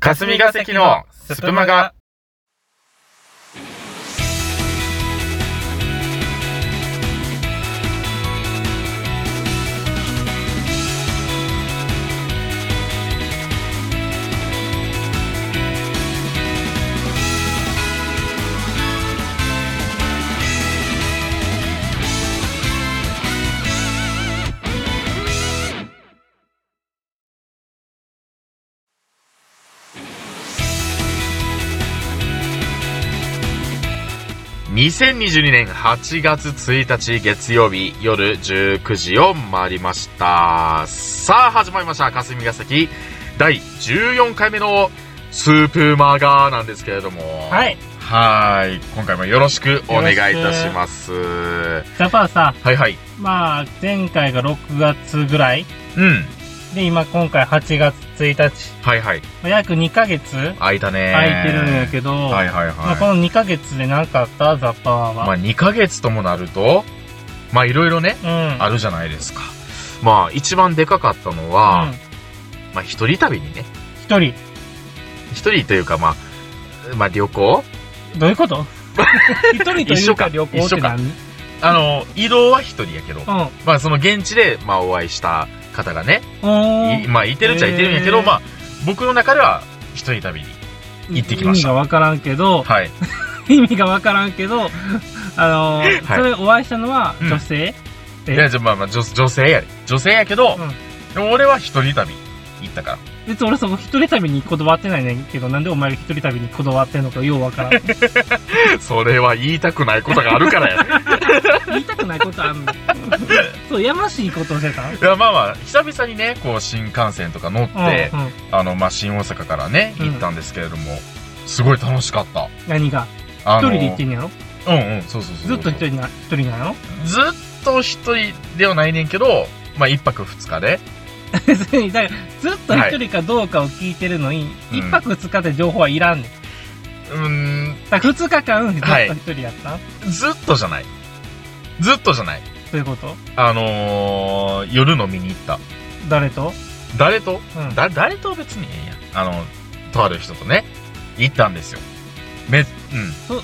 霞が関のスプマガ。2022年8月1日月曜日夜19時を回りました。さあ始まりました。霞が関第14回目のスープマガなんですけれども。。はいい。はい。今回もよろしくお願いいたします。だからさ、はいはい。まあ、前回が6月ぐらい。うん。で、今、今回8月1日。はいはい。まあ約2ヶ月空いたね。空いてるんやけど、はいはいはい。まあ、この2ヶ月で何かあったザッパワーまあは。 2ヶ月ともなると、まあいろいろね、うん。あるじゃないですか。まあ一番でかかったのは、うん。まあ一人旅にね、一人。一人というかまあ、まあ旅行どういうこと 一人と一いう緒かか旅行って何うん。あの、移動は一人やけど、まあその現地でまあお会いした方がね、おいまあいてるっちゃいてるんやけへど、ーまあ僕の中では一人旅に。行ってきました意味がわからんけど、はい。意味がわからんけど、あのーはいそれお会いしたのは女性、いや、じゃあまあまあ女女性やで。女性やけど、でも俺は一人旅行ったから。 別に俺そこ一人旅にこだわってないねんけど、なんでお前が一人旅にこだわってんのかようわからん。それは言いたくないことがあるから やね。言いたくないことあんのそう、やましいことをしてたいや、まあまあ、久々にね、こう新幹線とか乗って、うんうん、あの、まあ新大阪からね、うん行ったんですけれども、すごい楽しかった。何があ一の人で行ってんのやろうんうん、そうそうそうずそう。っと一人な、一人なのずっと一人ではないねんけど、まあ一泊二日で。 別にだからずっと一人かどうかを聞いてるのに、うん一、泊二日で情報はいらんねん。うーん、だから二日間ずっはいと一人やった、ずっとじゃない。ずっとじゃない。ということあのー、夜飲みに行った。誰と誰とうん。だ、誰とは別にええやんあの、とある人とね、行ったんですよ。め、 う下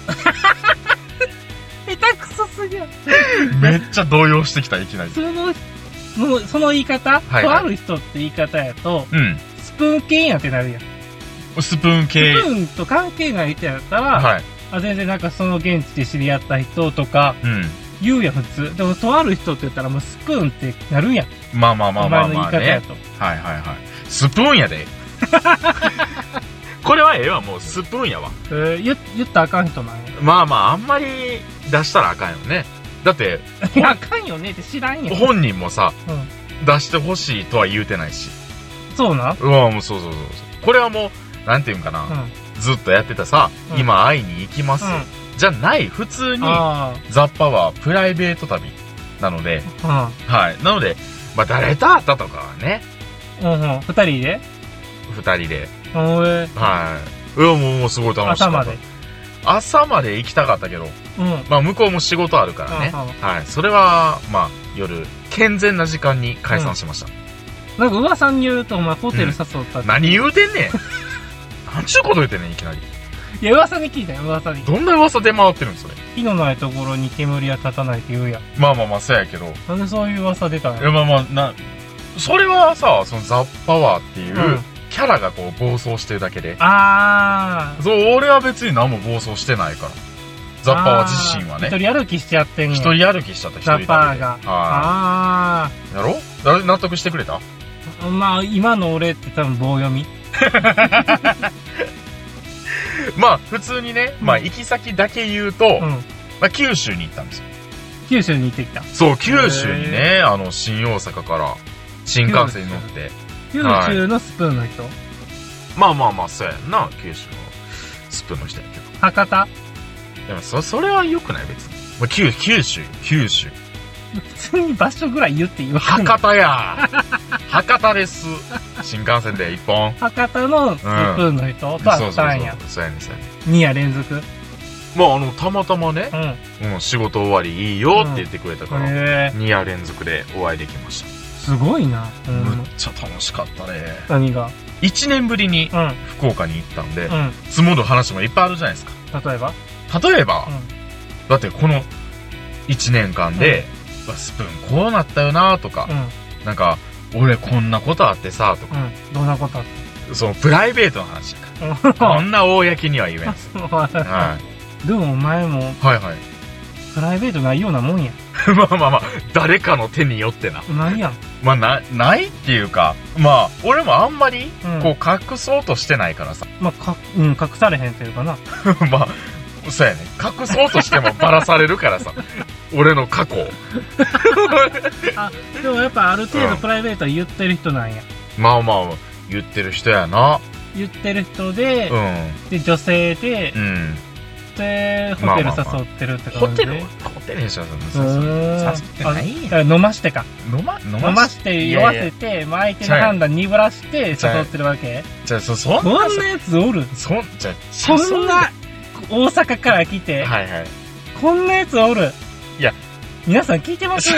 手くそすぎる。ん。めっちゃ動揺してきた、いきなり。その、もうその言い方、はいとある人って言い方やと、うん。スプーン系やんってなるやん。スプーン系ス。プーンと関係ない人やったら、はい。あ全然なんかその現地で知り合った人とか、うん。言うやん普通でもとある人って言ったらもうスプーンってなるやん、まあまあまあまあまあお前の言いね。方やとはいはいはい。スプーンやで。 これはええわ、もうスプーンやわ。えー言言ったらあかん人なんやまあまあ、あんまり出したらあかんよね。だって、いやあかんよねって知らんやん、うん、本人もさ、出してほしいとは言うてないし。そうなんうわ、もうそうそうそうそう。これはもう、なんていうんかうん、うな、ん、ずっとやってたさ、うん今会いに行きます。じゃない、普通に、あザッパはプライベート旅なので、あはい。なので、まあ、誰と会ったとかはね、うんうんうん二人で二人で。うんえはい。うわ、もう、もうすごい楽しか朝った。まで朝まで行きたかったけど、うんまあ、向こうも仕事あるからね。うはい。それは、まあ、夜、健全な時間に解散しました。なんか噂によるとお前ホテル誘ったって、何言うてんねん 何ちゅうこと言うてんねん、いきなり。いや噂に聞いたよ噂にどんな噂出回ってるんそれ。火のないところに煙は立たないって言うやんまあまあまあ、そうやけど。いなんでそういう噂出たの、や、まあまあ、な、それはさ、そのザ・パワーっていううんキャラがこう、暴走してるだけで。ああそう、俺は別に何も暴走してないから。ザ・パワー自身は一ね。人歩きしちゃってんねん一人歩きしちゃった、一人ザ旅でッパーがはああい。やろだ納得してくれたまあ、今の俺って多分棒読み。まあ、普通にね、まあ、行き先だけ言うと、うん。まあ、九州に行ったんですよ。九州に行ってきた。そう、九州にね、あの、新大阪から、新幹線に乗って。九はい州のスプーンの人。まあまあまあ、そうやんな、九州のスプーンの人やけど。博多でも、そ、それは良くない別に。まあ、九、九州、九州。普通に場所ぐらい言って言わんの博多 や博多です。新幹線で一本。博多のスプーンの人とあったんや。そうやねん、そうやね2夜連続。うん。んまあ、あの、たまたまね、へうん、仕事終わりいいよって言ってくれたから、え。 2夜連続でお会いできました。すごいな。うんむっ。ちゃ楽しかったね。何が1年ぶりにうん。福岡に行ったんで、うん。積もる話もいっぱいあるじゃないですか。例えば例えばう、ん。だってこの1年間で、うわスプーンこうなったよなとかう、ん。なんか、俺こんなことあってさとか、うん。どんなことあっそのプライベートの話だから。 こんな公には言えないです。はたでもお前もい。はい はい。プライベートないようなもんや。まあまあまあ、誰かの手によってな。ないやん。まあな、ないっていうか、まあ、俺もあんまり、うん。こう隠そうとしてないからさ。 まあ、か、うん、隠されへんというかな。まあ、そうやね。隠そうと してもバラされるからさ。俺の過去を。でもやっぱある程う度んプライベートは言ってる人なんや。まあまあ、言ってる人やな。言ってる人で、うん。で、女性でう、ん。で、ホテル誘ってるってホ感じテで。ルホテルにしよううーん。誘ってないやんあ飲ましてか。飲ま、飲飲まして酔わて。せて、まあ相手の判断鈍らして誘ってるわけ。じゃあ、そ、そんこな、んなやつおるそん、じゃあ、そんな大阪から来て、はいはい。こんなやつおるいや。皆さん聞いてます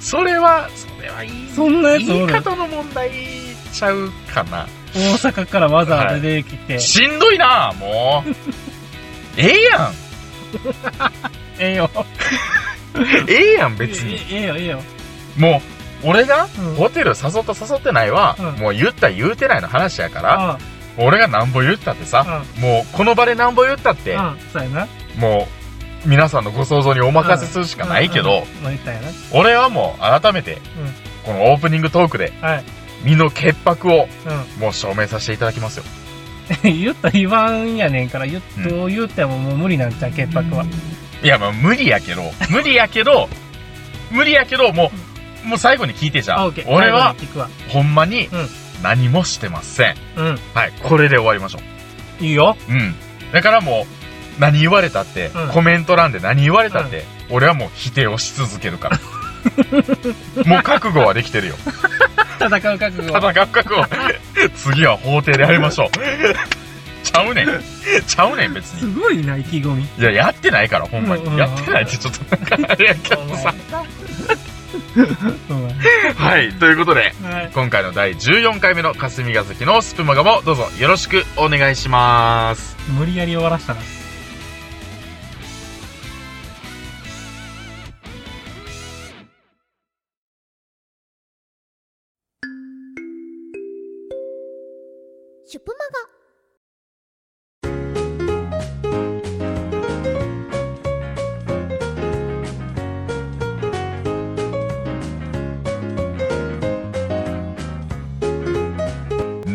そそれは、それはいい。そんなやつ言おいる方の問題ちゃうかな。大阪からわざわざ出てきて。しんどいな、もう。 ええやん。ええよ。ええやん、別に。ええええよ、ええよ。もう、俺がうんホテル誘った誘ってないは、うんもう言った言うてないの話やから、あ俺がなんぼ言ったってさ、あ、もうこの場でなんぼ言ったって、うん、そうやな。もう、皆さんのご想像にお任せするしかないけど、うん、うんまあ言ったやな。俺はもう改めて、このオープニングトークで、はい。身の潔白をもう証明させていただきますよ。うん。 言った言わんやねんから、言っうんどう言ってももう無理なんちゃう、潔白は。いや、まあ無理やけど、無理やけど、無理やけど、もう、もう最後に聞いてじゃあ、あオッケ、ー。俺は最後に聞くわ。ほんまにうん何もしてません。うん。はい、これで終わりましょいいよ。う。うん。だからもう、何言われたって、うんコメント欄で何言われたって、俺はもう否定をし続けるから。もう覚悟はできてるよ。戦う覚悟戦は。う覚悟。次は法廷でやりましょう。ちゃうねん。ちゃうねん、別に。すごいな、意気込み。いや、やってないから、ほんまに。うんうんうんやってないってちょっとなんか、あれやけどさ。 お前はい、ということで、はい。今回の第14回目の霞が関のスプマガもどうぞよろしくお願いします。無理やり終わらしたな。シュプマ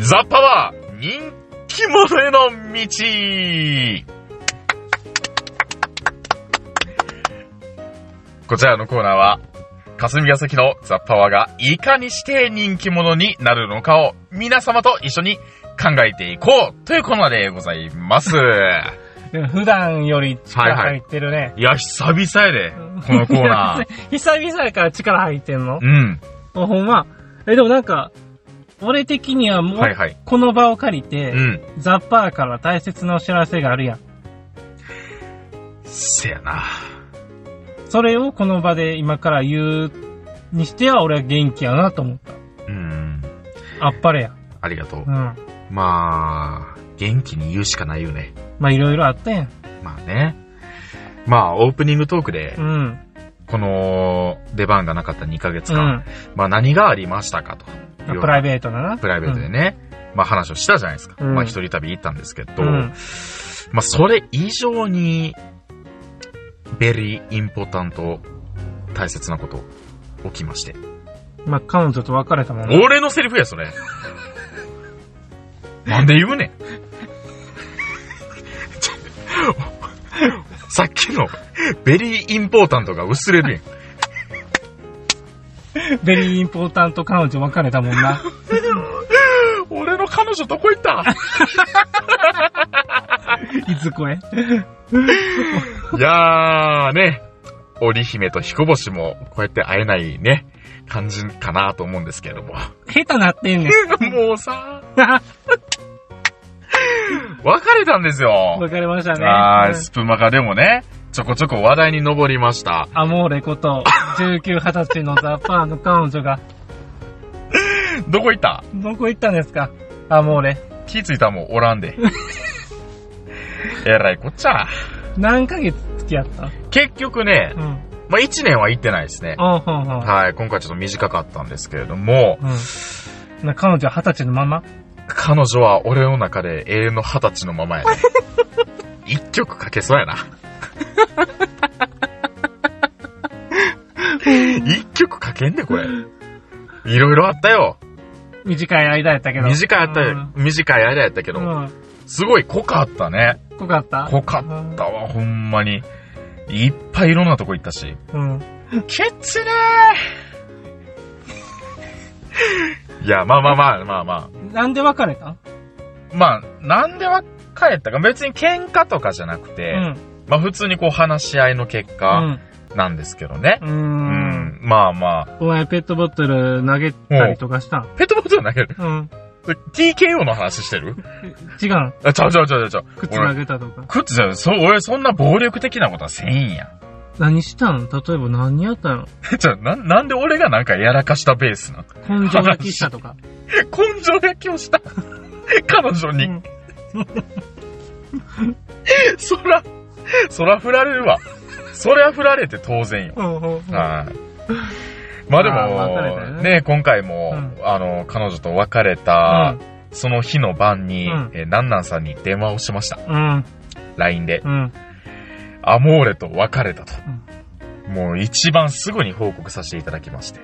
ザ・パワー人気者への道こちらのコーナーは、霞が関のザ・パワーがいかにして人気者になるのかを皆様と一緒に考えていこうというコーナーでございます。いでも普段より力入ってるね。や、久々やでうん、このコー ナー。久々やから力入ってんのうん。あほんま。え、でもなんか、俺的にはもう、はいはい。この場を借りて、うん。ザッパーから大切なお知らせがあるやん。せやな。それをこの場で今から言うにしては俺は元気やなと思った。うん。あっぱれや。ありがとうう。ん。まあ、元気に言うしかないよね。まあいろいろあったやん。まあね。まあ、オープニングトークでう、ん。この出番がなかった2ヶ月う間、ん。まあ何がありましたかという。プライベートだな。プライベートでね、まあ話をしたじゃないですか。うんまあ一人旅行ったんですけど、うんまあそれ以上に、ベリーインポタント、大切なこと、起きまして。うん。まあ彼女と別れたもんね。俺のセリフや、それ。 なんで言うねん。ちょ さっきのベリーインポータントが薄れるやん。ベリーインポータント彼女別れたもん な。 俺の彼女どこ行ったいつこへ。 いやーね、織姫と彦星もこうやって会えないね、感じかなと思うんですけれ ども。下手なっ てんねん。もうさ、別れたんですよ。わかりましたね。はうい、んスプマガでもね、ちょこちょこ話題に上りました。アモーレこと、19、20歳のザ・パーの彼女が、どこ行ったどこ行ったんですかあ、もうね、気ぃついたらもうおらん で。えらいこっちゃ。何ヶ月付き合った結局ねう、ん。まあ、1年は行ってないですね。あはんはん。はい、今回ちょっと短かったんですけれども、うん。な彼女は二十歳のまま彼女は俺の中で永遠の二十歳のま まやね。一曲かけそうやな。一曲かけんで、これ。いろいろあったよ。短い間やったけど。短いあったよ、短い間やったけうど、ん。うん。すごい濃かったね。濃かった濃かったわ、ほんまに。いっぱいいろんなとこ行ったし。うん。ケツねーいや、まあまあまあ、まあまなんで別れたあ。まあ、なんで別れたか、別に喧嘩とかじゃなくて、うん。まあ普通にこう話し合いの結果なんですけどね。う。うんうん。ん、まあまあ。お前ペットボトル投げたりとかしたんペットボトル投げるうん。 ?TKO の話してる 違うん。あ、ちゃうちゃうちゃうちゃう。靴投俺、げたとか。靴じゃ、そう、俺そんな暴力的なことはせんやん。何したん例えば何やったのじゃあ、な、なん で俺がなんかやらかしたベースなの根性焼きした とか。根性焼きをした 彼女に。うんそら、そら振られるわ。そりゃ振られて当然よ。うんうんうんはい。まあでまあ別れたよも、ねね、今回も、うんあの、彼女と別れた、その日の晩に、うんえーなんなんさんに電話をしました。うん。 LINE で。うん。アモーレと別れたと。もう一番すぐに報告させていただきまして。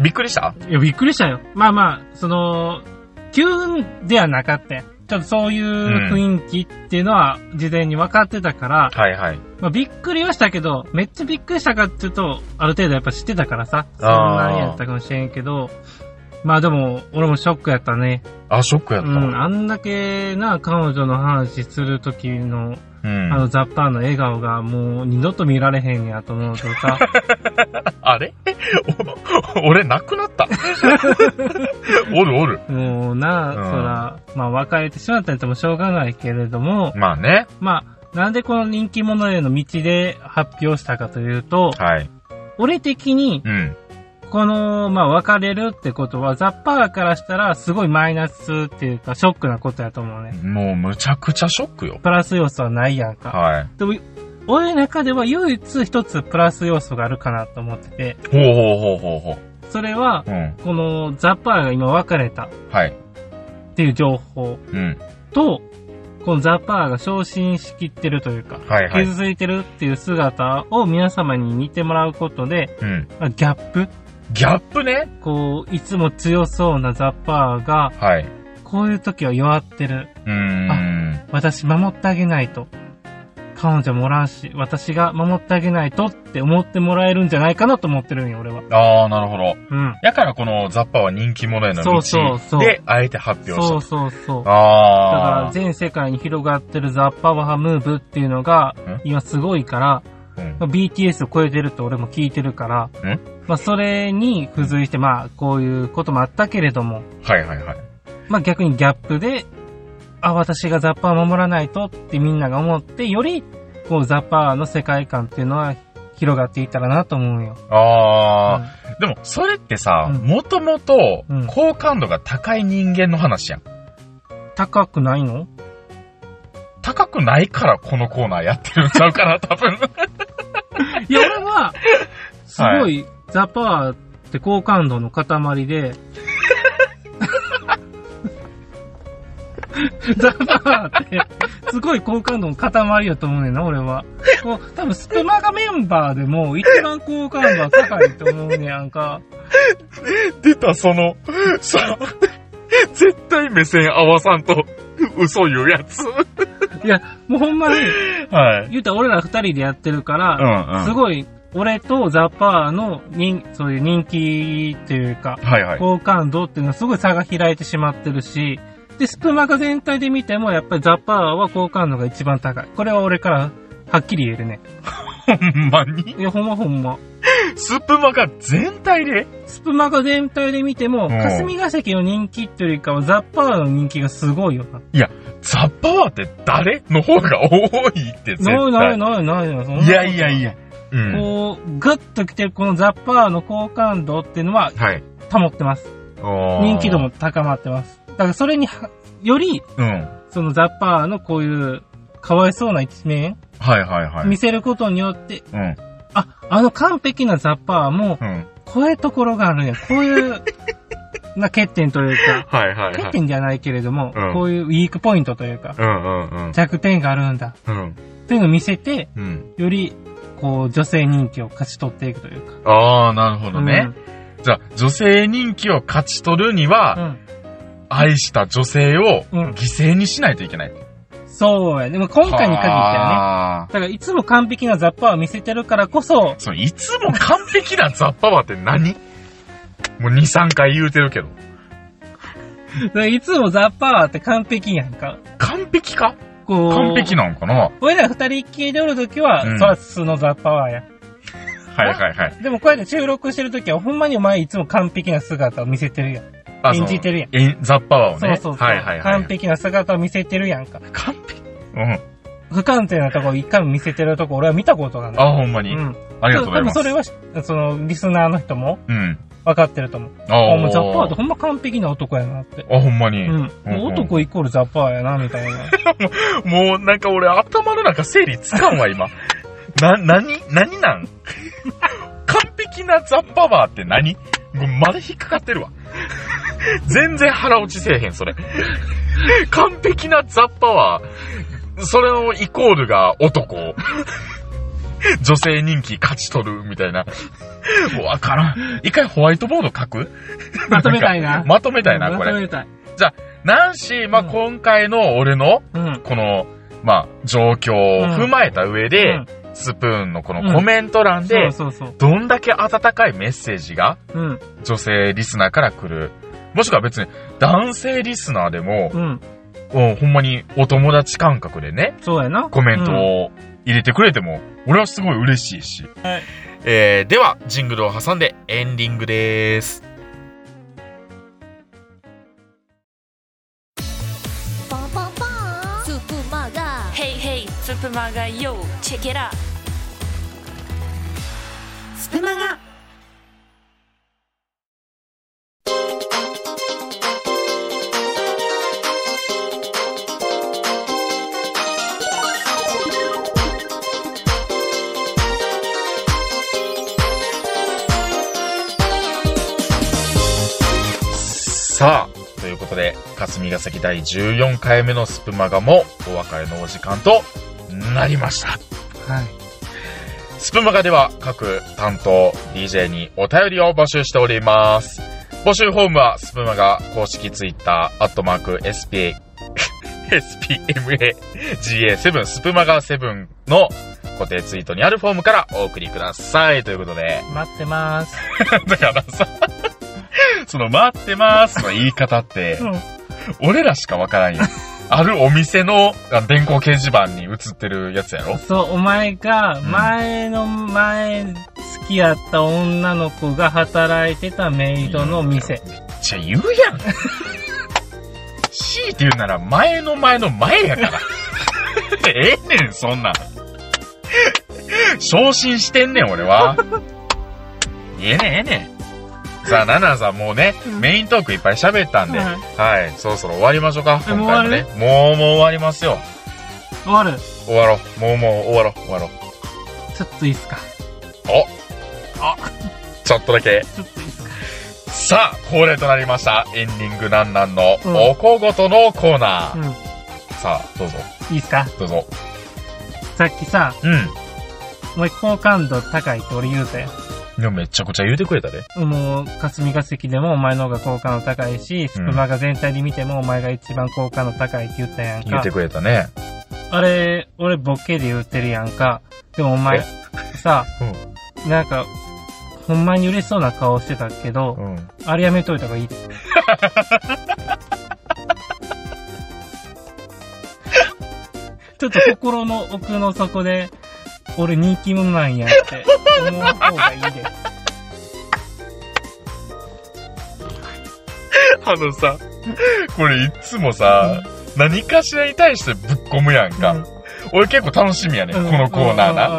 びっくりしたいや、びっくりしたよ。まあまあ、その、急ではなかったよちょっとそういう雰囲気っていうのは事前に分かってたから、はいはい。まあびっくりはしたけど、めっちゃびっくりしたかっていうと、ある程度やっぱ知ってたからさ、そんなんやったかもしれんけど、まあでも、俺もショックやったね。あ、ショックやうった。ん、あんだけな、彼女の話する時の、うんあの、ザッパーの笑顔がもう二度と見られへんやと思うと さ、あれ お俺、亡くなった おるおる。もうな、うんそら、まあ別れてしまったんやってもしょうがないけれども、まあね。まあ、なんでこの人気者への道で発表したかというと、はい。俺的にう、ん。この、まあ、別れるってことは、ザッパーからしたら、すごいマイナスっていうか、ショックなことやと思うね。もう、むちゃくちゃショックよ。プラス要素はないやんか。はい。でも、俺の中では唯一一つプラス要素があるかなと思ってて、ほうほうほうほうほそれはう。、うん。このザッパーが今別れたっはい。ていう情報うん。と、このザッパーが昇進しきってるというか、はいはい。傷ついてるっていう姿を皆様に見てもらうことで、うん。まあギャップギャップね。こう、いつも強そうなザッパーが、はい。こういう時は弱ってる。うーん。私守ってあげないと。彼女もおらんし、私が守ってあげないとって思ってもらえるんじゃないかなと思ってるんよ、俺は。ああ、なるほど。うん。やからこのザッパーは人気者への道そうそうそうで、あえて発表そうしそうそう。た。だからああ。全世界に広がってるザッパーワームーブっていうのがん、今すごいから、うんまあ BTS を超えてると俺も聞いてるからん、まあそれに付随して、まあこういうこともあったけれども、はいはいはい。まあ、逆にギャップで、あ、私がザッパーを守らないとってみんなが思って、より、こう、ザッパーの世界観っていうのは広がっていったらなと思うよ。ああ、でも、それってさ、うんもともとうん、好感度が高い人間の話やん。高くないの高くないからこのコーナーやってるんちゃうかな、 多分。いや、俺は、 すごい、ザッパーって好感度の塊 で、ザッパーって、すごい好感度の塊やと思うねんな、俺は。こう、多分スプマガメンバーでも一番好感度は高いと思うねんやんか。出た、その、さ、絶対目線合わさんと、嘘言うやつ。いや、もうほんまに、はい。言うたら俺ら二人でやってるかうら、んうん。すごい、俺とザッパーの人、そういう人気というか、はいはい。好感度っていうのはすごい差が開いてしまってるし、で、スプマガ全体で見ても、やっぱりザッパーは好感度が一番高い。これは俺から、はっきり言えるね。ほんまにいや、ほんまほんま。スプマが全体でスプマガ全体で見ても、ん霞が関の人気っていうよりかは、ザッパーの人気がすごいよな。ザッパワーって誰の方が多いって絶対。ないないないないないそんなこと。いやいやいや。うん。こう、グッと来てるこのザッパーの好感度っていうのははい。保ってます。人気度も高まってます。だからそれには、より、うん。そのザッパーのこういう、かわいそうな一面、はいはいはい。見せることによって、うん。あ、あの完璧なザッパーも、うん。こういうところがあるんや。こういう、な欠点というか、はいはいは欠い。点じゃないけれども、うんこういうウィークポイントというか、うんうんうん。弱点があるんだ。うん。というのを見せて、うん。より、こう、女性人気を勝ち取っていくというか。ああ、なるほどね。うんじゃあ、女性人気を勝ち取るには、うん。愛した女性をうん犠牲にしないといけない。そうや。でも今回に限ってはね。はあだからいつも完璧な雑把を見せてるからこそ、そう、いつも完璧なザッパはって何もう2、3回言うてるけど。だから いつも雑把って完璧やんか。完璧かこう。完璧なんかなは俺ら二人っきりでおるときは、うんそら素の雑把や。いはいはい。でもこうやって収録してるときは、ほんまにお前いつも完璧な姿を見せてるやん。あそう演じてるやんえザッパワーをそうね。そうそう。はいはいはい。完。璧な姿を見せてるやんか。完璧うん。不完全なとこ一回も見せてるとこ俺は見たことがない。あ、ほんまに。うん。ありがとうございます。多分それは、その、リスナーの人もうん。分かってると思う。ああ、あもうザッパーってほんま完璧な男やなって。あ、ほんまに。うん。うんもう男イコールザッパーやな、みたい な。もうなんか俺頭の中整理つかんわ、今。 な、なに、なになん 完璧なザッパワーって何もうまだ引っかかってるわ。全然腹落ちせえへん、それ。完璧なザッパワー。それのイコールが男。女性人気勝ち取るみたいな。もうわからん。一回ホワイトボード書くまとめたいな。まとめたい な、こまとれ。めたい。なんし、まあ、うん今回の俺のうん。この、まあ、状況を踏まえた上で、スプーンのこのコメントうん、欄で、そうそうそう。どんだけ温かいメッセージがうん。女性リスナーから来る。もしくは別に男性リスナーでもう、ん。うんほんまにお友達感覚でね、そうやな。コメントを入れてくれても、俺はすごい嬉しいし。はいえーでは、ジングルを挟んでエンディングです。パンパンパンスープマガ Hey hey, スプマガ yo, check it out. スプマガ。さあ、ということで、霞ヶ関第14回目のスプマガもお別れのお時間となりました。はい。スプマガでは各担当 DJ にお便りを募集しております。募集フォームはスプマガ公式ツイッター、アットマーク SPA、SPMAGA7、スプマガ7の固定ツイートにあるフォームからお送りください。ということで。待ってます。 だからさ、その待ってますの言い方ってう、ん。俺らしかわからんよ。あるお店のあ電光掲示板に映ってるやつやろそう、お前が、前の前、付き合った女の子が働いてたメイドの店。めっちゃ言うや ん。強いて言うなら前の前の前やから。ええねん、そんなん。昇進してんねん、俺は。ええねん、ええねん。さあ、ナナさん、もうね、メイントークいっぱい喋ったんで、はいはい、そろそろ終わりましょうか、え今回もね。もう、もう終わりますよ。終わる。終わろう。もう、もう終わろう、終わろう。ちょっといいっすか。ちょっとだけ。ちょっといいっすか。さあ、恒例となりました、エンディングなんなんのうんおこごとのコーナー。うん。さあ、どうぞ、いいっすか。どうぞ。さっきさ、うん。もう好感度高いって俺言うたやん。でもめちゃくちゃ言うてくれたで。もう、霞が関でもお前の方が好感度高いし、スプマガ全体で見てもお前が一番好感度高いって言ったやん言うかて。くれたね。あれ、俺ボケで言ってるやんか。でもお前、さ、なんか、ほんまに嬉しそうな顔してたけど、うん。あれやめといた方がいいって。ちょっと心の奥の底で、俺人気者なんやって思う方がいいで。 あのさ、これいつもさ、何かしらに対してぶっ込むやんか。うん俺結構楽しみやね、 ん、このコーナーな。う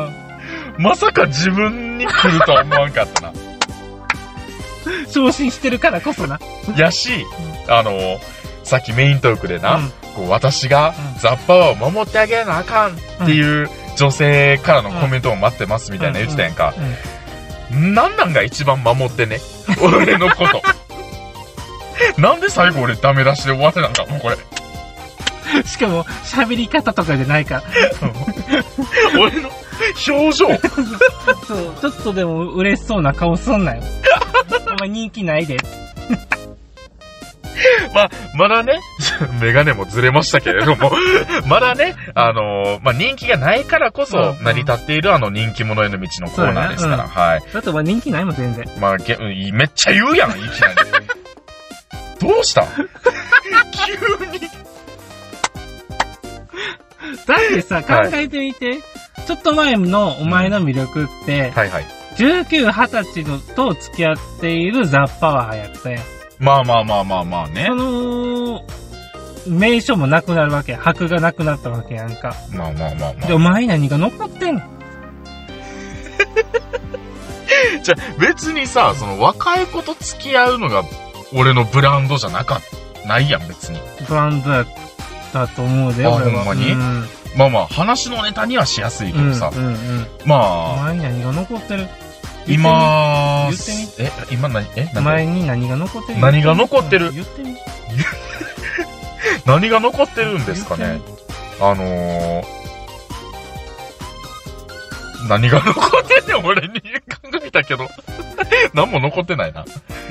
ん。まさか自分に来るとは思わんかったな。昇進してるからこそな。やし、あの、さっきメイントークでな、うんこう私がうんザッパを守ってあげなあかんっていう女性からのコメントを待ってますみたいな言ってたやんか。うんなんなんが一番守ってね。俺のこと。なんで最後俺ダメ出しで終わってなんかもうこれ。しかも、喋り方とかじゃないから。俺の表情。そう、ちょっとでも嬉しそうな顔すんなよ。あんま人気ないで。まあ、まだね、メガネもずれましたけれども、まだね、あのーまあ人気がないからこそうん成り立っているあの人気者への道のコーナーですかそうやなら、うんはい。だってお前人気ないもん、全然。まあ、げうんめっちゃ言うやん、いきなり。どうした 急に。だってさ、はい考えてみて。ちょっと前のお前の魅力って、はいはい。 19、20歳のと付き合っているザッパワーやったやん。まあまあまあまあまあねそ。の、名称もなくなるわけ。箔がなくなったわけやんか。まあまあまあまで、お前何が残ってんのあ。じゃあ別にさ、その若い子と付き合うのが俺のブランドじゃなかった。ないやん、別に。ブランドやったと思うで、あ俺ほは。んまにうんまあまあ、話のネタにはしやすいけうんどさ。うんうん。おまあ、前に何が残ってる今、言ってみえ、今何、え、お何前に何が残ってる何が残ってる言ってみ。何が残ってるんですかねあのー、何が残ってんねん、俺に考えたけど。 何も残ってないな。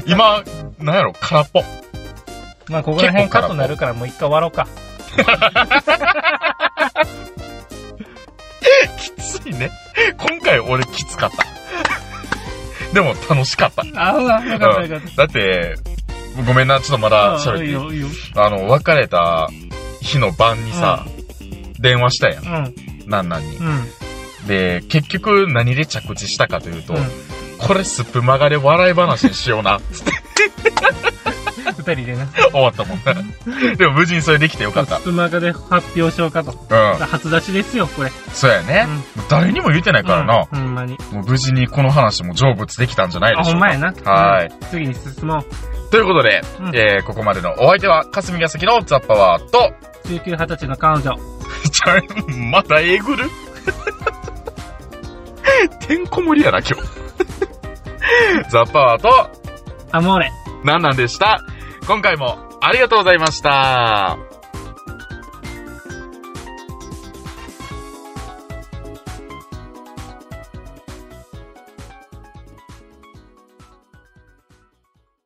今、なんやろ、空っぽ。まあ、ここら辺カットなるからもう一回終わろうか。きついね。今回俺きつかった。でも楽しかった。あ、ほら、よかったよかっだって、ごめんな、ちょっとまだた。喋っうてんいいいいよ、いいよ。あの、別れた日の晩にさ、電話したやんう。ん、なんなんにう。ん。で、結局何で着地したかというと、うんこれすっぷ曲がれ笑い話にしような、 つって二人でな。終わったもんね。でも無事にそれできてよかった。スプマガで発表しようかと。うん。初出しですよ、これ。そうやね。誰にも言うてないからな。うんほんまに。もう無事にこの話も成仏できたんじゃないであ、しょうほんか。まやな。はいうん。次に進もう。ということで、うんえー、ここまでのお相手は、霞が関のザッパワーと、 19、20歳の彼女。ちゃうまたえぐる てんこ盛りやな、今日。ザッパワーと、アモーレ。なんなんでした。今回もありがとうございました。